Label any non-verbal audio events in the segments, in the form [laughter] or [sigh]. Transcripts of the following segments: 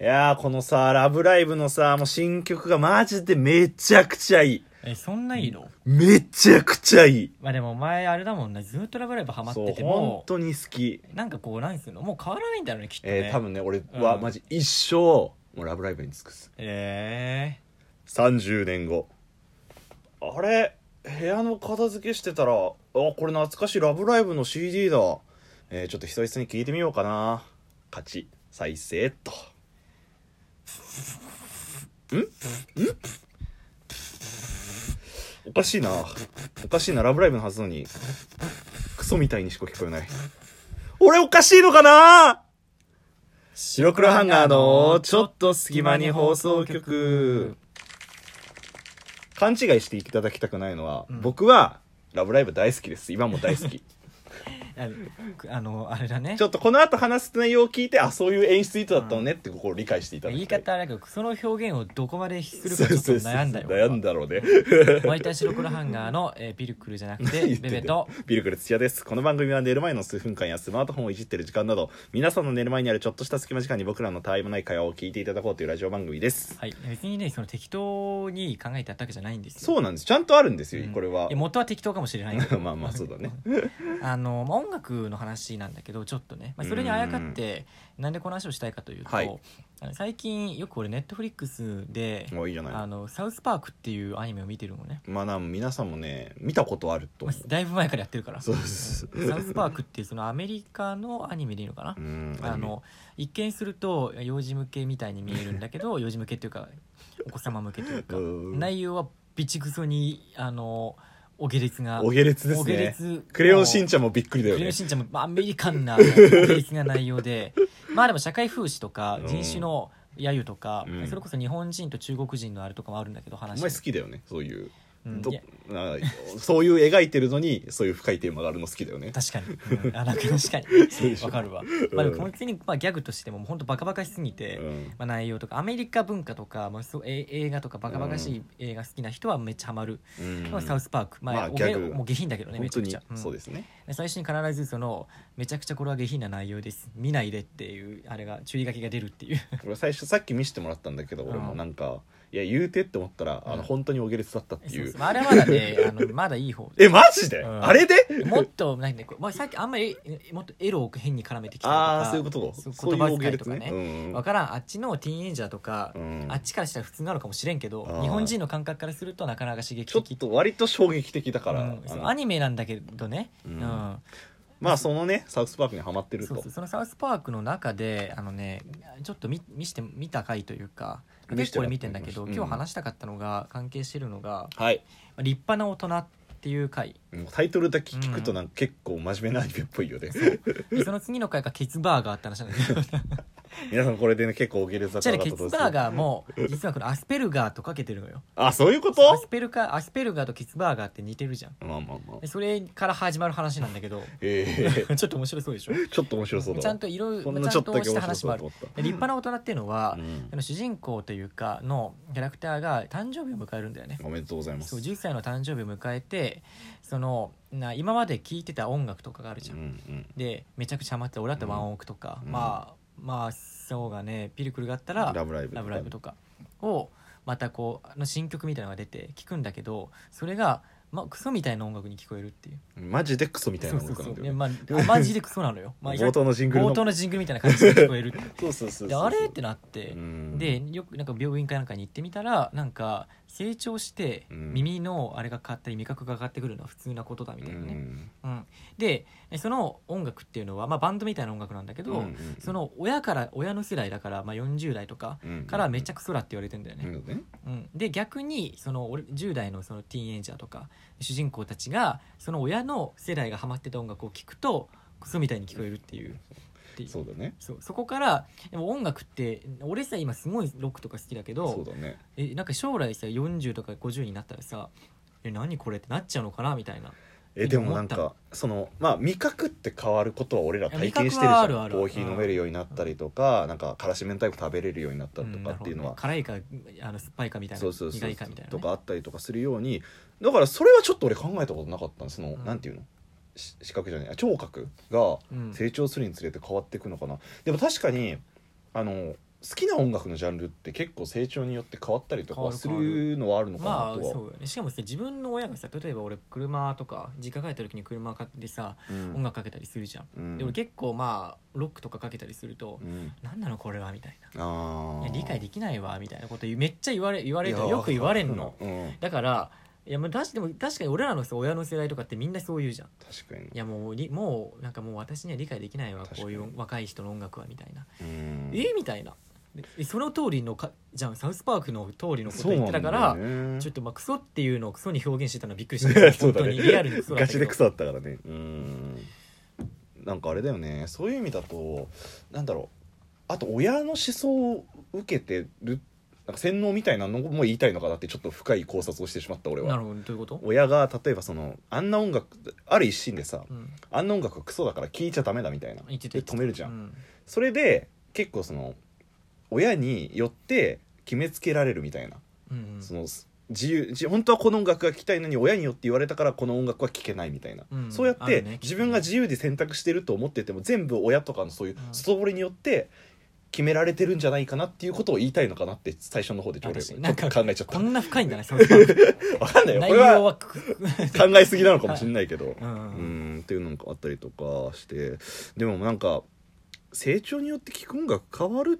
いやー、このさ、ラブライブのさ、もう新曲がマジでめちゃくちゃいい。えそんないいのめちゃくちゃいい。まあでもお前あれだもんなずっと「ラブライブ!」ハマっそう、てて本も当に好き。なんかこうなんすのもう変わらないんだろうねきっとねえー、多分ね、俺はうんマジ一生、もうラブライブに尽くす。え30年後。あれ、部屋の片付けしてたら、あ、これ懐かしいラブライブの CD だ。えー、ちょっと久々に聞いてみようかな。勝ち、再生っと。んんおかしいな。おかしいな、ラブライブのはずなのに。クソみたいにしか聞こえない。俺おかしいのかな白黒ハンガーのちょっと隙間に放送局。勘違いしていただきたくないのは、うん僕は「ラブライブ!」大好きです今も大好 [laughs] きーあくあのあれだねちょっとこの後話す内容を聞いてあそういう演出意図だったのねってここを理解していただ言きいたい方あれだけどその表現をどこまでするそかうちょっとそうそう悩んだよ悩んだろうね毎回白黒ハンガーの、えー、ビルクルじゃなく [laughs] 言てってベんだベとビルクル土屋ですこの番組は寝る前の数分間やスマートフォンをいじってる時間など皆さんの寝る前にあるちょっとした隙間時間に僕らのたわいもない会話を聞いていただこうというラジオ番組ですはい別にねその適当に考えてやったわけじゃないんですよそうなんですちゃんとあるんですよ、うんこれはいや元は適当かもしれないけど [laughs] まあまあそうだね [laughs] あの、まあ、音楽の話なんだけどちょっとね、まあ、それにあやかってなんでこの話をしたいかというと、はいあの最近よく俺ネットフリックスでもういいじゃ「あないのサウスパーク」っていうアニメを見てるのねまあなん皆さんもね見たことあるとま思あだいぶ前からやってるからうそうですうんサウスパークっていうそのアメリカのアニメでいいのかな、うんあの一見すると幼児向けみたいに見えるんだ [laughs] けど幼児向けというかお子様向けというかうん内容は備蓄そにあのお下劣がおげれつですお下ね劣クレヨンしんちちゃんもびっくりだゃんよクレヨねン。しんちゃんもまあアメリカンなお下劣な内容でまあでも社会風刺とかうん人種の揶揄とか、うんそれこそ日本人と中国人のあれとかもあるんだけどお話前好きだよね、そういう。うんどいやなんかそういう描いてるのに、そういう深いテーマがあるの好きだよね。確かに、うんあなんか確かそうでにしょ [laughs] わかるわ、まあ、でも基本的にまあギャグとしても本当バカバカしすぎて、うんまあ、内容とかアメリカ文化とか、まあ、そうえ映画とかバカバカしい映画好きな人はめっちゃハマる、うんまあサウスパーク、まあまあおげギャグもう下品だけどね本めち当ゃくにちゃ、うんそうですね。で最初に必ずそのめちゃくちゃこれは下品な内容です見ないでっていうあれが注意書きが出るっ [laughs] ていう俺最初さっき見せてもらったんだけど、うん俺もなんか、いや、言うてって思ったら、あうんの、本当におげれつだったってそういそうう。まああれはまだね [laughs] あのまだいい方え、マジでうんあれでもっとなんかねこうまあ、さっきあんまりえもっとエロを変に絡めてきたりとかああ、そういうことそうそうい言う葉おげ遣いれとつかね。ねうんわからんあっちのティーンエイジャーとか、うんあっちからしたら普通なのかもしれんけどあー日本人の感覚からするとなかなか刺激ちょ的っと割と衝撃的だから、うん、あそうのアニメなんだけどね、ううんんまあそのね、サウスパークにはまってるそと。うそうその「サウスパーク」の中であのねちょっと見見して見た回というか見し結て構なか俺った見てんだけど、うん今日話したかったのが関係してるのがはい。 「立派な大人」っていう回もうタイトルだけ聞くとなんか結構真面目なアニメっぽいよね。でその次の回が「ケツバーガー」って話 [laughs] なんだけど皆さんこれでね結構おぎれざじとゃあなねかったと思うんですケツけどバーガーも実はこのアスペルガーとかけてるのよあそういうこアとスペルガーアスペルガーとケツバーガーって似てるじゃんまあまあまあでそれから始まる話なんだけどええ [laughs] ちょっと面白そうでしょちょっと面白そうだわちゃんといろいころんなちちょゃっんととだけした面白話そうもあだると思っで立派な大人っていうのた、はう、んあ、の主人公というかのキャラクターが誕生日を迎えるんだよねおめでとうございますそう10歳の誕生日を迎えてそのな今まで聴いてた音楽とかがあるじゃ、うんんでめちゃくちゃハマってた俺だったらワンオークとか、うんまあまあそうがねピルクルがあったうらん、ラブライブラブライブとかをまたこうあの新曲みたいなのが出て聴くんだけどそれが、まあ、クソみたいな音楽に聞こえるっていうマジでクソみたいな音楽なんだねよねまあ、マジでクソなのよ、まあ、冒頭のジングルの冒頭のジングルみたいな感じで聞こえるって [laughs] そうそうそうそうであれってなって、うんでよくなんか病院かなんかに行ってみたらなんか成長してうん耳のあれが変わったり味覚が変わってくるのは普通なことだみうたいなんね、うんでその音楽っていうのは、まあ、バンドみたいな音楽なんだけど、うんうんその親から親の世代だから、まあ、40代とかうんからめっちゃクソだって言われてんだよね、うんうんねうん、で逆にその俺10代のそのティーンエイジャーとか主人公たちがその親の世代がハマってた音楽を聴くとクソみたいに聞こえるっていうっていうそうだねそうそこからでも音楽って俺さ今すごいロックとか好きだけそうどだねえなんか将来さ40とか50になったらさ「え何これ?」ってなっちゃうのかなみたいなえでもなん思かそのまあ味覚って変わることは俺ら体験してるじ味覚はゃんあるあるコーヒー飲めるようになったりとか、なんかからし明太子食べれるようになったりとかっていうのはんなるほどね辛いかあの酸っぱいかみたいなそうそうそう苦いかみたいなね、とかあったりとかするようにだからそれはちょっと俺考えたことなかったのその、うんなんていうのし視覚じゃないあ聴覚がうん成長するにつれて変わっていくのかな、でも確かにあの好きな音楽のジャンルって結構成長によって変わったりとかはす変わるる変わのはあるのかなまあとは、そうよねしかもさ自分の親がさ例えば俺車とか実家帰った時に車買ってさ、うん音楽かけたりするじゃん、うんで俺結構まあロックとかかけたりすると、うんなんなのこれはみたいなあいやー理解できないわみたいなことめっちゃ言われ言われるいとやよく言われんの、うんだからいやまあだしでも確かに俺らのさ親の世代とかってみんなそう言うじゃん確かにいやもうりもうなんかもう私には理解できないわ確かにこういう若い人の音楽はみたいな、うんえみたいなでえその通りのかじゃんサウスパークの通りのこと言ってたから、そうなんだよね [laughs] ちょっとまあクソっていうのをクソに表現してたのはびっくりしたそう本だ当ねにリアルにクソだガったけチどでクソだったからねうんなんかあれだよねそういう意味だとなんだろうあと親の思想を受けてるなんか洗脳みたいなのも言いたいのかなってちょっと深い考察をしてしまった俺なはるほどどういうこと、親が例えばそのあんな音楽ある一心でさうん、あんな音楽はクソだから聴いちゃダメだみたいな言ってたで言ってた止めるじゃん、うんそれで結構その親によって決めつけられるみたいなうんうんその自由自本当はこの音楽が聴きたいのに親によって言われたからこの音楽は聴けないみたいな、うんそうやっあてるね自分が自由で選択してると思ってても全部親とかのそういううん外堀によって決められてるんじゃないかなっていうことを言いたいのかなって最初の方でちょっと私なんか考えちゃったこんな深いんだねサウスパークわ [laughs] かんないよこれ内容ははく考えすぎなのかもしれないけど、 [laughs] うんうーんっていうのがあったりとかしてでもなんか成長によって聴く音楽変わる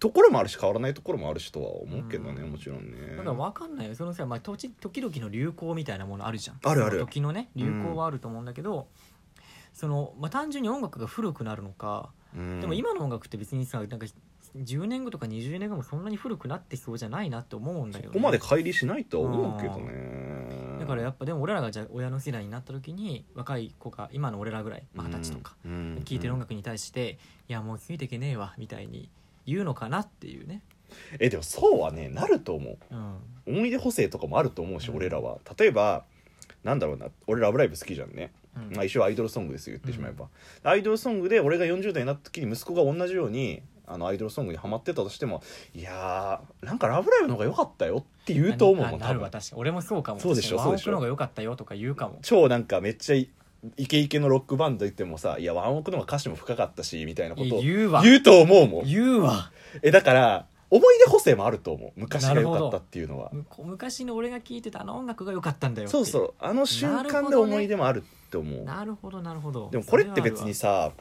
ところもあるし変わらないところもあるしとは思うけどね、うんもちろんねだから分かんないよそのさ、まあ、時時々の流行みたいなものあるじゃんあるあるその時のね流行はあると思うんだけど、そのまあ、単純に音楽が古くなるのか、うんでも今の音楽って別にさなんか10年後とか20年後もそんなに古くなってそうじゃないなって思うんだよねここまで乖離しないとは思うけどねだからやっっぱでも俺らがじゃあ親の世代になった時に若い子が今の俺らぐらいまあ二十歳とか聴いてる音楽に対して「いやもうついていけねえわ」みたいに言うのかなっていうね、えでもそうはねなると思ううん、思い出補正とかもあると思うし、うん俺らは例えばなんだろうな俺「ラブライブ!」好きじゃんね、うんまあ、一応アイドルソングですよ言ってしまえば、アイドルソングで俺が40代になった時に息子が同じようにあのアイドルソングにハマってたとしてもいやーなんか「ラブライブ!」の方が良かったよって言うと思うもあんな多るわ分確かに俺もそうかもそうでしょ確そかにうでしょワンオクの方が良かったよとか言うかも超なんかめっちゃイイケイケのロックバンド言ってもさ「いやワンオクの方が歌詞も深かったし」みたいなこいとやを言うわ言うと思うもん言うわえだから思い出補正もあると思う昔が良かったっていうのはむこ昔の俺が聴いてたあの音楽が良かったんだよそうそううあの瞬なる間ほでどね思い出もあるって思う、なるほどなるほどでもこれって別にそさ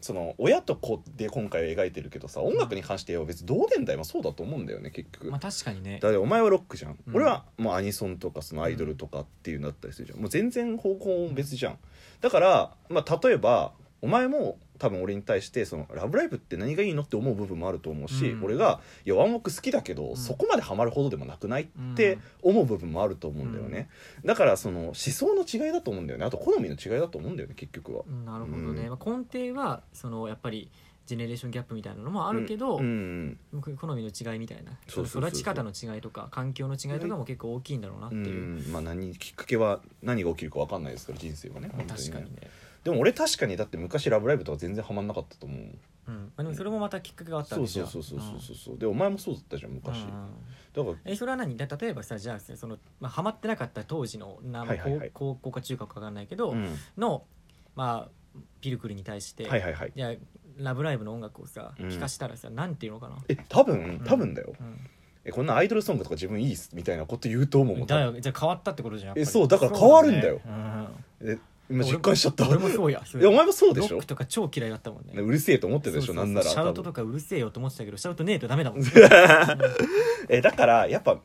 その親と子で今回は描いてるけどさ音楽に関しては別に同年代もそうだと思うんだよね結局、れはあるわまあ確かにねだってお前はロックじゃん、うん俺はもうアニソンとかそのアイドルとかっていうのだったりするじゃんもう全然方向も別じゃんだから、まあ、例えばお前も多分俺に対して「そのラブライブ!」って何がいいのって思う部分もあると思うし、うん俺が「いやワンオク好きだけど、んそこまでハマるほどでもなくない?」って思う部分もあると思うんだよね、だからその思想の違いだと思うんだよねあと好みの違いだと思うんだよね結局は。うんなるほどね、うんまあ、根底はそのやっぱりジェネレーションギャップみたいなのもあるけど、うんうん僕好みの違いみたいなそうそうそうそう育ち方の違いとか環境の違いとかも結構大きいんだろうなってうんいう、まあ、何きっかけは何が起きるか分かんないですから人生はねまあ本当確にかねにね、でも俺確かにだって昔「ラブライブ!」とか全然ハマんなかったと思ううんまあ、でもそれもまたきっかけがあったわそうけじそゃうんそうそうそうそうそうでお前もそうだったじゃん昔、うんうんだからえそれは何だ例えばさじゃあその、まあ、ハマってなかった当時のな、まはあいはいはい高高校か中学か分かんないけど、うんの、まあ、ピルクルに対して、はいはいはいじゃあラブライブ!」の音楽をさうん聴かしたらさ、なんていうのかな、え多分多分だよ、うえこんなアイドルソングとか自分いいっすみたいなこと言うと思うもん、んだよじゃあ変わったってことじゃんやっぱりえそうだから変わるんだよそうねえ今実感しちゃったうん俺もそうや [laughs] そいうややお前もそうでしょロックとか超嫌いだったもんねねうるせえと思ってたでしょそうなそうそうんならシャウ多ト分とかうるせえよと思ってたけどシャウトねえとダメ [laughs] だもんねえだからやっぱ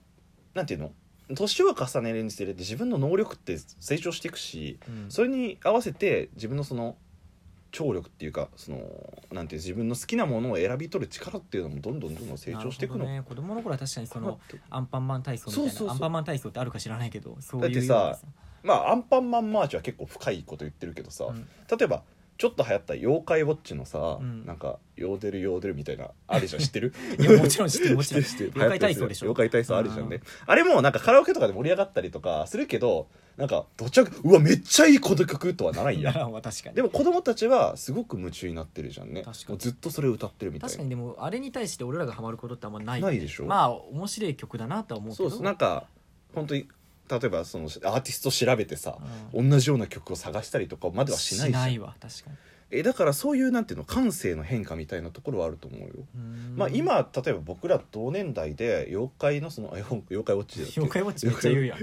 なんていうの年を重ねるにつれて自分の能力って成長していくしうんそれに合わせて自分のその聴力っていうかそのなんていう自分の好きなものを選び取る力っていうのもどんどんどんどん成長していくのなるほどね、子供の頃は確かにそ [laughs] のだってアンパンマン体操みたいなそうそうそうアンパンマン体操ってあるか知らないけどそういうだってさようなまあアンパンマンマーチは結構深いこと言ってるけどさ、うん例えばちょっと流行った妖怪ウォッチのさ、うんなんかヨーデルヨーデルみたいなあ [laughs] るじゃん知ってるいやもちろん知っ [laughs] てるも知ちってろんる知ってる妖怪体操でしょ妖怪体操あるじゃんねあれもなんかカラオケとかで盛り上がったりとかするけどなんかどっちゃくうわめっちゃいいこの曲とはならんなやんらんわ確かにでも子供たちはすごく夢中になってるじゃんね確かにもうずっとそれを歌ってるみたい確なかにでもあれに対して俺らがハマることってあんまないないでしょまあ面白い曲だなとは思うけそどうそうなんか本当に例えばそのアーティスト調べてさ、う同じような曲を探したりとかまではしないじゃんわ確かにえだからそういうなんていうの感性の変化みたいなところはあると思うよ、まあ今例えば僕ら同年代で妖怪のそ [laughs] のあ妖妖怪ウォッチだっけ妖怪ウォッチめっちゃ言うやん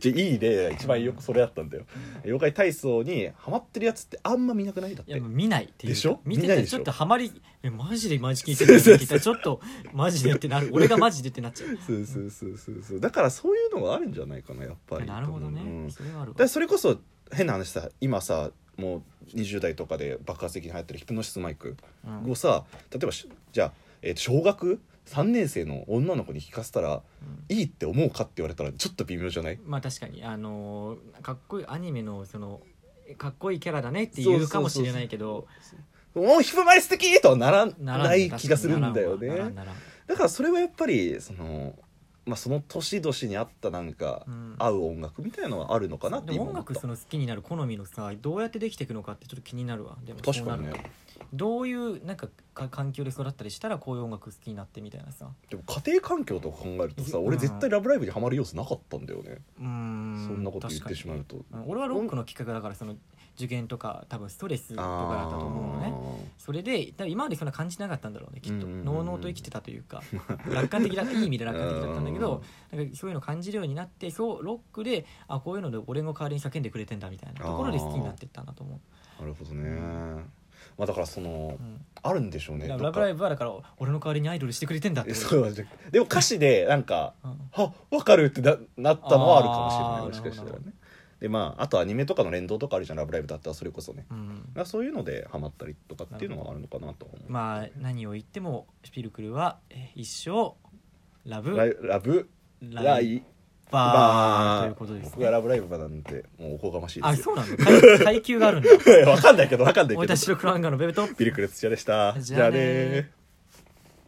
じゃあいい例が一番よくそれだったんだよ妖怪体操にハマってるやつってあんま見なくないだっいやてもう見ないっていうでしょ見て見なたいらでしちょょっとハマりえマジでマジ聞いてるそうそうそう聞 [laughs] いたらちょっとマジでってなる俺がマジでってなっちゃうそうそうそうそうそうだからそういうのがあるんじゃないかなやっぱりなるほどね、うんだかそれはあるわらそれこそ変な話さ今さもう20代とかで爆発的に流行ってるヒプノシスマイクうんをさ例えばしじゃあ、えーと小学3年生の女の子に聞かせたらうんいいって思うかって言われたらちょっと微妙じゃないまあ確かにあのーかっこいいアニメのそのかっこいいキャラだねって言うかもしれないけどおおヒプマイ素敵とはなららんない気がするんだよねならんならんならんだからそれはやっぱりその,、まあ、その年々に合ったなんか、うん合う音楽みたいなのはあるのかなってで今も音思っ楽たその好きになる好みのさどうやってできていくのかってちょっと気になるわでも確かそうになるねどういうなんかか環境で育ったりしたらこういう音楽好きになってみたいなさでも家庭環境とか考えるとさうん俺絶対「ラブライブ!」にハマる要素なかったんだよね、うーんそんなこと言ってしまうと。うん俺はロックの企画だからその受験とか多分ストレスとかだったと思うのねあそれで多分今までそんな感じなかったんだろうねきっうんうとんうんうんのうのうと生きてたというか楽観 [laughs] 的だったいい意味で楽観的だったんだけどなんかそういうの感じるようになってそうロックであこういうので俺の代わりに叫んでくれてんだみたいなところで好きになってったんだと思う、ーなるほどね、まあ、だからそのうん、あるんでしょうねだからどラっブかライブはだから俺の代わりにアイドルしてくれてんだってえことそうじゃでも歌詞でなんかうんあ分かるってななったのはあるかもしれなあいーもしかしたならるほねでまああとアニメとかの連動とかあるじゃん「ラブライブ!」だったらそれこそねうんだからそういうのでハマったりとかっていうのはあるのかなとは思う、まあ何を言ってもシュピルクルはえー一生ラブライラブライバーということです僕が「ねラブライブ!」なんてもうおこがましいであすよそうなの [laughs] 階 [laughs] 階級があるんだわかんないけどわかんない俺けどたちの黒アンガーのベルトピリクル土屋でしたじゃあねーー